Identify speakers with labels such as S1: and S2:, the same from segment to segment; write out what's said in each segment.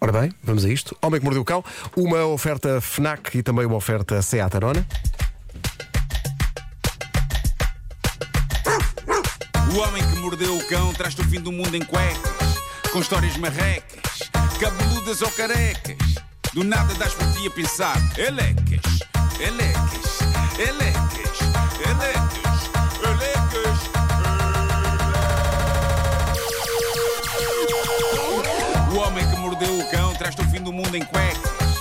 S1: Ora bem, vamos a isto. Homem que mordeu o cão, uma oferta FNAC e também uma oferta SEAT Arona.
S2: O homem que mordeu o cão traz-te o fim do mundo em cuecas, com histórias marrecas, cabeludas ou carecas. Do nada das por ti a pensar. Elecas, elecas, elecas, elecas, elecas. O homem que mordeu o cão traz-te o fim do mundo em cuecas.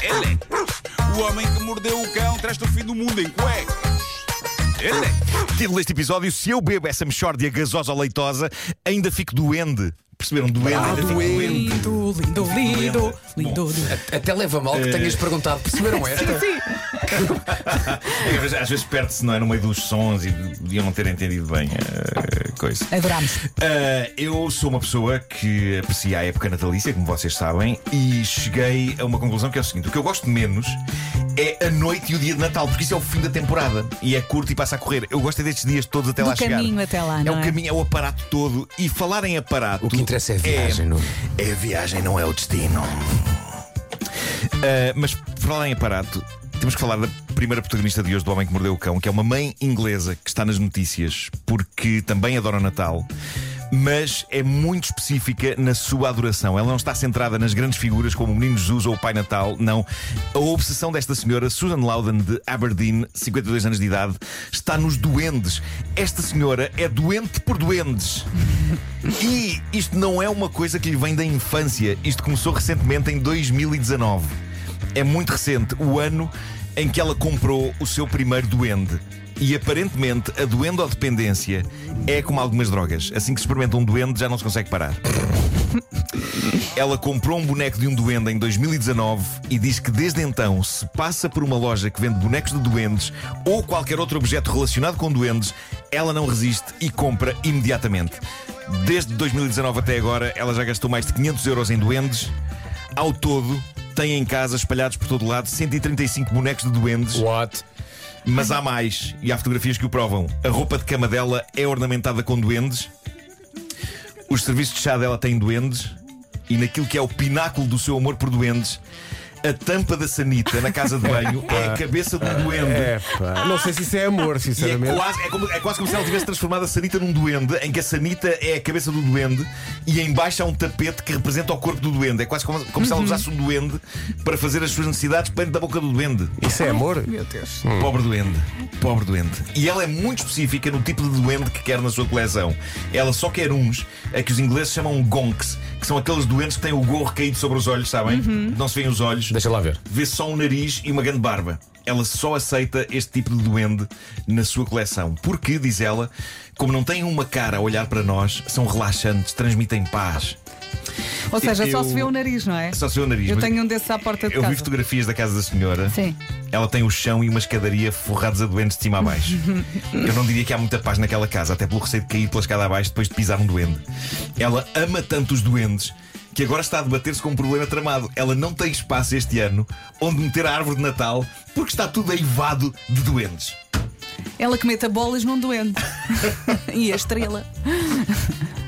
S2: Elecas. O homem que mordeu o cão traz-te o fim do mundo em cuecas. Elecas.
S3: Título deste episódio: Se eu bebo essa mexórdia gasosa leitosa, ainda fico doende. Perceberam? Doende, ainda fico doende.
S4: Lindo, lindo, lindo, lindo.
S5: Até leva mal que tenhas perguntado, perceberam esta?
S3: É que às vezes- Às vezes perde-se, não é? No meio dos sons e podiam não ter entendido bem a coisa.
S4: Adorámos.
S3: Ah, eu sou uma pessoa que aprecia a época natalícia, como vocês sabem, e cheguei a uma conclusão que é o seguinte: o que eu gosto menos é a noite e o dia de Natal, porque isso é o fim da temporada e é curto e passa a correr. Eu gosto é destes dias todos até
S4: Do
S3: lá chegar.
S4: caminho até lá,
S3: é
S4: não
S3: o
S4: é?
S3: caminho, é o aparato todo. E falar em aparato.
S5: O que interessa é a viagem, não é?
S3: É a viagem, não é o destino. Uh, mas por falar em aparato, temos que falar da primeira protagonista de hoje do Homem que Mordeu o Cão, que é uma mãe inglesa que está nas notícias porque também adora o Natal. Mas é muito específica na sua adoração. Ela não está centrada nas grandes figuras como o Menino Jesus ou o Pai Natal, não. A obsessão desta senhora, Susan Loudon de Aberdeen, 52 anos de idade, está nos duendes. Esta senhora é doente por duendes. E isto não é uma coisa que lhe vem da infância. Isto começou recentemente em 2019. É muito recente o ano em que ela comprou o seu primeiro duende. E aparentemente a doendo dependência é como algumas drogas. Assim que se experimenta um duende já não se consegue parar. Ela comprou um boneco de um duende em 2019 e diz que desde então, se passa por uma loja que vende bonecos de duendes ou qualquer outro objeto relacionado com duendes, ela não resiste e compra imediatamente. Desde 2019 até agora, ela já gastou mais de 500 euros em duendes. Ao todo, tem em casa, espalhados por todo lado, 135 bonecos de duendes.
S5: What?
S3: Mas há mais, e há fotografias que o provam. A roupa de cama dela é ornamentada com duendes, os serviços de chá dela têm duendes, e naquilo que é o pináculo do seu amor por duendes, a tampa da sanita na casa de banho é a cabeça de um duende.
S1: Epá, não sei se isso é amor,
S3: E é
S1: sinceramente.
S3: quase, é como, é quase como se ela tivesse transformado a Sanita num duende, em que a Sanita é a cabeça do duende e embaixo há um tapete que representa o corpo do duende. É quase como, como se ela usasse um duende para fazer as suas necessidades perto da boca do duende.
S1: Isso é amor?
S3: Pobre doente, pobre doente. E ela é muito específica no tipo de doente que quer na sua coleção. Ela só quer uns a que os ingleses chamam gonks, que são aqueles doentes que têm o gorro caído sobre os olhos, sabem? Não se veem os olhos,
S5: Deixa lá ver.
S3: vê só um nariz e uma grande barba. Ela só aceita este tipo de doente na sua coleção. Porque, diz ela, como não têm uma cara a olhar para nós, são relaxantes, transmitem paz.
S4: Ou seja, só
S3: Eu-
S4: se vê o nariz, não é?
S3: Só se vê o nariz.
S4: Eu
S3: mas-
S4: tenho um desses à porta de
S3: eu vi
S4: casa.
S3: fotografias da casa da senhora.
S4: Sim.
S3: Ela tem o chão e uma escadaria forrados a doentes de cima a baixo. Eu não diria que há muita paz naquela casa, até pelo receio de cair pela escada abaixo depois de pisar um doente. Ela ama tanto os doentes que agora está a debater-se com um problema tramado. Ela não tem espaço este ano onde meter a árvore de Natal porque está tudo aivado de doentes.
S4: Ela que meta bolas num doente. e a estrela.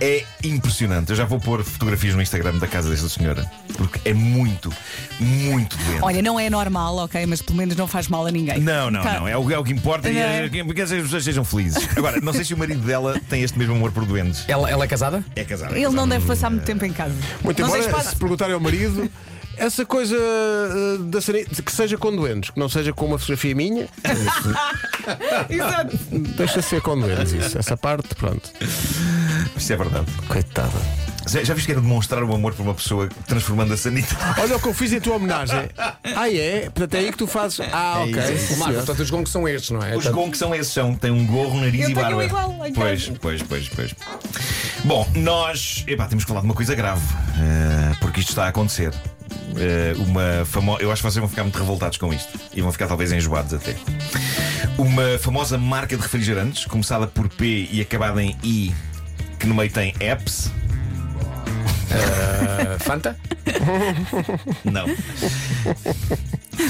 S3: É impressionante. Eu já vou pôr fotografias no Instagram da casa desta senhora porque é muito, muito doente.
S4: Olha, não é normal, ok, mas pelo menos não faz mal a ninguém.
S3: Não, não,
S4: Tá.
S3: não. É o, é o que importa e
S4: É.
S3: é, que as pessoas sejam felizes. Agora, não sei se o marido dela tem este mesmo amor por doentes.
S5: Ela, ela é casada?
S3: É casado. é
S4: Ele não
S3: casado.
S4: deve passar muito tempo em casa.
S1: Muito
S4: não tem
S1: embora,
S4: espaço.
S1: se perguntarem ao marido, essa coisa eh, da sanita, que seja com doentes, que não seja com uma fotografia minha,
S4: Exato.
S1: deixa ser com doentes isso. Essa parte, pronto.
S3: Isso é verdade.
S1: Coitada.
S3: Já, já viste que era demonstrar o amor por uma pessoa transformando a sanita?
S1: Olha o que eu fiz em tua homenagem. Ah, é? Portanto, é aí que tu fazes. Ah,
S3: É
S1: ok.
S3: isso, é
S1: Sim,
S3: isso.
S5: O Marco,
S1: senhor.
S5: portanto, os gongos são estes, não é?
S3: Os
S5: Portanto,
S3: gongos são esses, são. Tem um gorro, nariz
S4: Eu
S3: e
S4: tenho
S3: barba.
S4: igual em
S3: pois,
S4: casa.
S3: pois, pois, pois. Bom, nós. Epá, temos que falar de uma coisa grave. eh, porque isto está a acontecer. Eh, uma famosa. Eu acho que vocês vão ficar muito revoltados com isto. E vão ficar talvez enjoados até. Uma famosa marca de refrigerantes, começada por P e acabada em I, que no meio tem apps.
S5: Fanta?
S3: Não.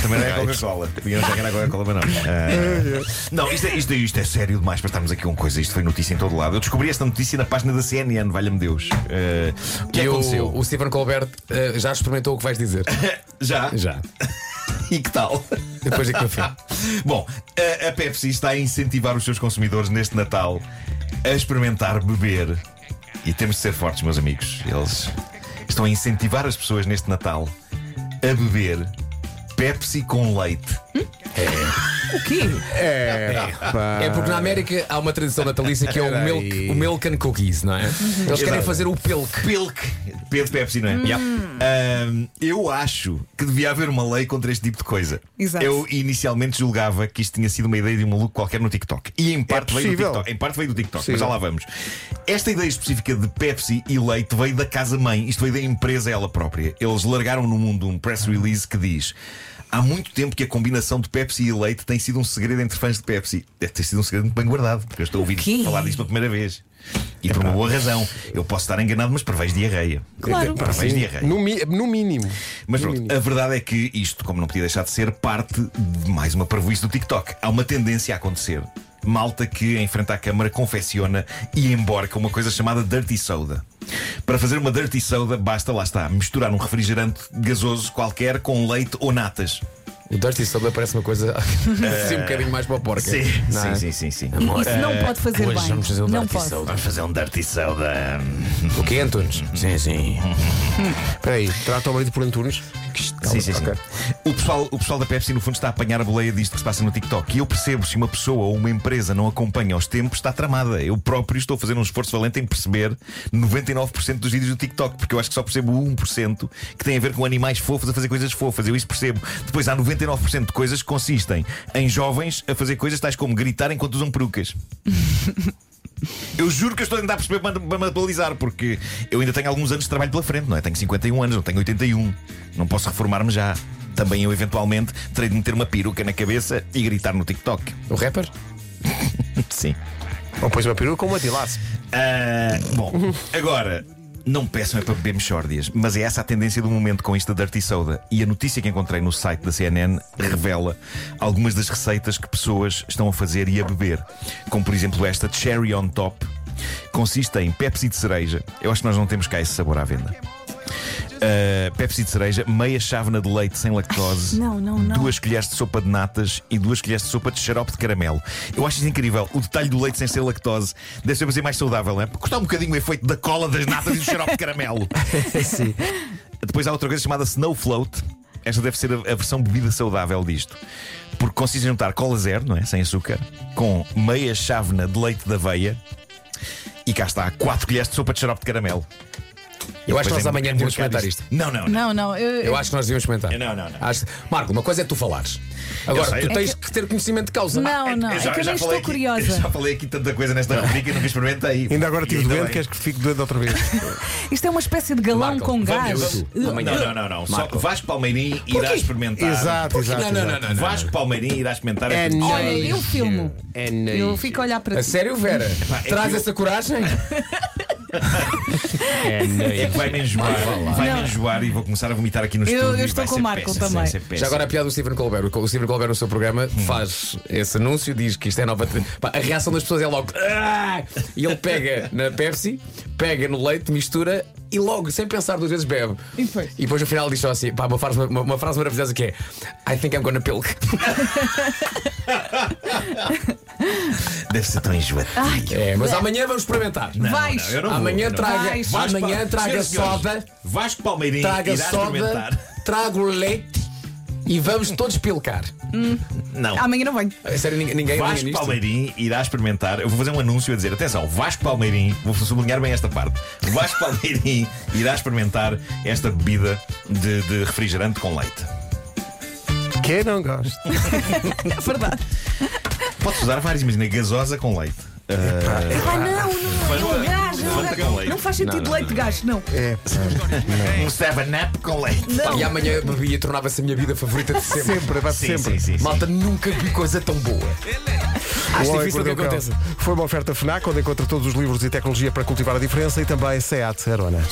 S3: Também não é Coca-Cola. Podiam já ganhar a Coca-Cola, mas não. Ah, não, isto é, isto, é- isto é sério demais para estarmos aqui com coisa. Isto foi notícia em todo lado. Eu descobri esta notícia na página da CNN, valha-me Deus. Ah, o que é
S5: E
S3: que
S5: o,
S3: aconteceu?
S5: o Stephen Colbert eh, já experimentou o que vais dizer.
S3: Já?
S5: Já.
S3: E que tal?
S5: Depois é que no fim.
S3: Bom, a, a Pepsi está a incentivar os seus consumidores neste Natal a experimentar beber. E temos de ser fortes, meus amigos. Eles estão a incentivar as pessoas neste Natal a beber Pepsi com leite.
S4: O quê?
S5: É porque na América há uma tradição natalícia que é o milk, o milk and cookies, não é? Eles querem
S3: Exato.
S5: fazer o pilk.
S3: Pilk. P de Pepsi, não é? Ahm, eu acho que devia haver uma lei contra este tipo de coisa.
S4: Exato.
S3: Eu inicialmente julgava que isto tinha sido uma ideia de um maluco qualquer no TikTok. E em parte veio do
S1: possível.
S3: TikTok. Em parte veio do TikTok,
S1: Possível.
S3: mas já lá vamos. Esta ideia específica de Pepsi e leite veio da casa-mãe, isto veio da empresa ela própria. Eles largaram no mundo um press release que diz. Há muito tempo que a combinação de Pepsi e leite tem sido um segredo entre fãs de Pepsi. Deve ter sido um segredo muito bem guardado, porque eu estou a ouvir
S4: quê?
S3: falar disto pela primeira vez. E por uma boa razão. Eu posso estar enganado, mas prevejo diarreia.
S4: Claro.
S3: Prevejo diarreia.
S1: No, mi- no mínimo.
S3: Mas
S1: No
S3: pronto,
S1: mínimo.
S3: a verdade é que isto, como não podia deixar de ser, parte de mais uma prejuízo do TikTok. Há uma tendência a acontecer. Malta que, em frente à câmara, confecciona e emborca uma coisa chamada Dirty Soda. Para fazer uma Dirty Soda, basta, lá está, misturar um refrigerante gasoso qualquer com leite ou natas.
S5: O Dirty Soda parece uma coisa assim um bocadinho mais para a porca.
S3: Sim,
S5: não é?
S3: sim, sim, sim, sim.
S4: Isso não pode fazer
S5: hoje
S4: bem.
S5: vamos fazer um
S4: não
S5: Dirty
S4: pode.
S5: Soda.
S3: Vamos fazer um Dirty Soda.
S5: O que é, Antunes? Sim, sim.
S1: Espera aí, trata o marido por Antunes.
S3: Sim, sim, sim. Tá O, pessoal, o pessoal da Pepsi, no fundo, está a apanhar a boleia disto que se passa no TikTok. E eu percebo se uma pessoa ou uma empresa não acompanha aos tempos, está tramada. Eu próprio estou a fazer um esforço valente em perceber 99% dos vídeos do TikTok, porque eu acho que só percebo o 1% que tem a ver com animais fofos a fazer coisas fofas. Eu isso percebo. Depois há 99% de coisas que consistem em jovens a fazer coisas tais como gritar enquanto usam perucas. Eu juro que eu estou a tentar perceber para para me atualizar, porque eu ainda tenho alguns anos de trabalho pela frente, não é? Tenho 51 anos, não tenho 81. Não posso reformar-me já. Também eu, eventualmente, terei de meter uma peruca na cabeça e gritar no TikTok.
S5: O rapper?
S3: Sim.
S1: Ou pões uma peruca ou uma tilaça.
S3: Ah, bom, agora. Não peçam é para bebermos sórdias, mas é essa a tendência do momento com isto da Dirty Soda. E a notícia que encontrei no site da CNN revela algumas das receitas que pessoas estão a fazer e a beber. Como, por exemplo, esta de Cherry on Top. Consiste em Pepsi de cereja. Eu acho que nós não temos cá esse sabor à venda. Ah, Pepsi de cereja, meia chávena de leite sem lactose,
S4: Não, não, não.
S3: duas colheres de sopa de natas e duas colheres de sopa de xarope de caramelo. Eu acho isso incrível. O detalhe do leite sem ser lactose deve ser para ser mais saudável, não é? Porque custa um bocadinho o efeito da cola das natas e do xarope de caramelo.
S5: Sim.
S3: Depois há outra coisa chamada Snow Float. Esta deve ser a, a versão bebida saudável disto. Porque consiste em juntar cola zero, não é? Sem açúcar, com meia chávena de leite de aveia e cá está, quatro colheres de sopa de xarope de caramelo.
S5: Eu acho que
S3: Depois
S5: nós
S3: é
S5: amanhã devemos
S3: emborcar
S5: comentar isto.
S3: Não, não, não.
S4: Não, não. Eu,
S5: Eu acho que nós devíamos comentar.
S3: Não, não, não.
S5: Acho- Marco, uma coisa é tu falares. Agora,
S3: sei.
S5: tu
S3: É
S5: tens que ter conhecimento de causa.
S4: Não, não.
S3: Eu
S4: É que eu
S3: já falei
S4: nem estou
S3: aqui- eu
S4: curiosa.
S3: Já falei aqui tanta coisa nesta rubrica e nunca experimentei.
S1: Ainda agora estive
S3: E ainda
S1: doente,
S3: bem.
S1: queres que fique doente outra vez?
S4: Isto é uma espécie de galão
S5: Marco,
S4: com
S5: vamos
S4: gás.
S5: ver tu.
S4: Ah, Eu-
S5: Amanhã.
S3: Não, não, não, não. Só
S5: Marco.
S3: Vasco Palmeirim irá experimentar.
S1: Exato, exato.
S5: Não, não, não,
S1: exato.
S5: não, não.
S3: Vasco Palmeirim irá experimentar.
S1: É
S3: esta-
S1: nóis.
S4: Olha, eu filmo.
S1: É nice.
S4: Eu fico a olhar para
S5: A
S4: ti.
S5: sério, Vera?
S3: é
S5: Traz
S3: que eu-
S5: essa coragem?
S3: É que vai-me enjoar. Vai-me
S4: Não.
S3: enjoar e vou começar a vomitar aqui no
S4: Eu-
S3: estúdio.
S4: eu
S3: e vai
S4: estou com
S3: ser
S4: o Marco
S3: péssimo,
S4: também.
S3: vai ser péssimo.
S5: Já agora a piada do Stephen Colbert. O Stephen Colbert no seu programa
S3: Hum.
S5: faz esse anúncio, diz que isto é nova. tra- Pá, A reação das pessoas é logo. "Ah!" E ele pega na Pepsi, pega no leite, mistura e logo, sem pensar duas vezes, bebe.
S4: E depois?
S5: E depois no final diz só assim: pá, uma frase, uma, uma frase maravilhosa que é I think I'm gonna pilk.
S3: Deve ser tão enjoado.
S5: É, mas amanhã vamos experimentar.
S4: Vais.
S3: eu não vou,
S5: Amanhã
S3: eu não
S5: traga,
S4: Vais.
S3: Vasco Pal-
S5: amanhã traga
S3: Senhoras e senhores,
S5: soda,
S3: Vasco Palmeirim
S5: traga
S3: irá
S5: soda,
S3: experimentar.
S5: traga o leite e vamos todos pilcar.
S3: Não.
S4: Amanhã não venho.
S5: A sério, ninguém,
S1: É
S5: ninguém
S3: Vasco
S5: nisto?
S3: Palmeirim irá experimentar. Eu vou fazer um anúncio a dizer: atenção, Vasco Palmeirim, vou sublinhar bem esta parte. Vasco Palmeirim irá experimentar esta bebida de, de refrigerante com leite.
S1: Quem não gosta?
S4: É verdade.
S3: Podes usar várias, imagina, gasosa com leite. Ah,
S4: Ah, não, não. É um gás.
S3: Fanta com leite.
S4: Não faz sentido
S5: Não, não,
S4: leite de gajo, não.
S1: É,
S3: Um 7-up com leite.
S4: Não.
S5: E amanhã eu bebia tornava-se a minha vida favorita de sempre.
S1: sempre, vai
S3: Sim,
S1: sempre.
S3: sim, sim, sim.
S5: Malta, nunca vi coisa tão boa. Acho
S1: O Homem que
S5: difícil que
S1: Mordeu o Cão.
S5: aconteça.
S1: Foi uma oferta FNAC, onde encontra todos os livros e tecnologia para cultivar a diferença e também SEAT Arona.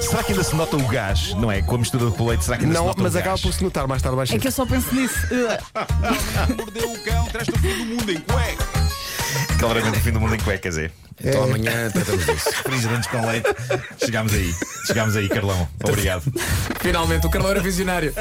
S3: Será que ainda se nota o gás? Não é? Com a mistura do leite, será que ainda se
S1: Não,
S3: nota um
S1: mas
S3: o
S1: acaba
S3: gás?
S1: por se notar mais tarde mais
S4: É que
S1: cedo.
S4: eu só penso nisso. Uh,
S2: Mordeu o cão, traz-te o fim do mundo em cuecas.
S3: Claramente o fim do mundo em cuecas é.
S5: Então amanhã tratamos disso.
S3: Refrigerantes com leite. Chegámos aí. Chegámos aí, Carlão. Obrigado.
S5: Finalmente, o Carlão era visionário.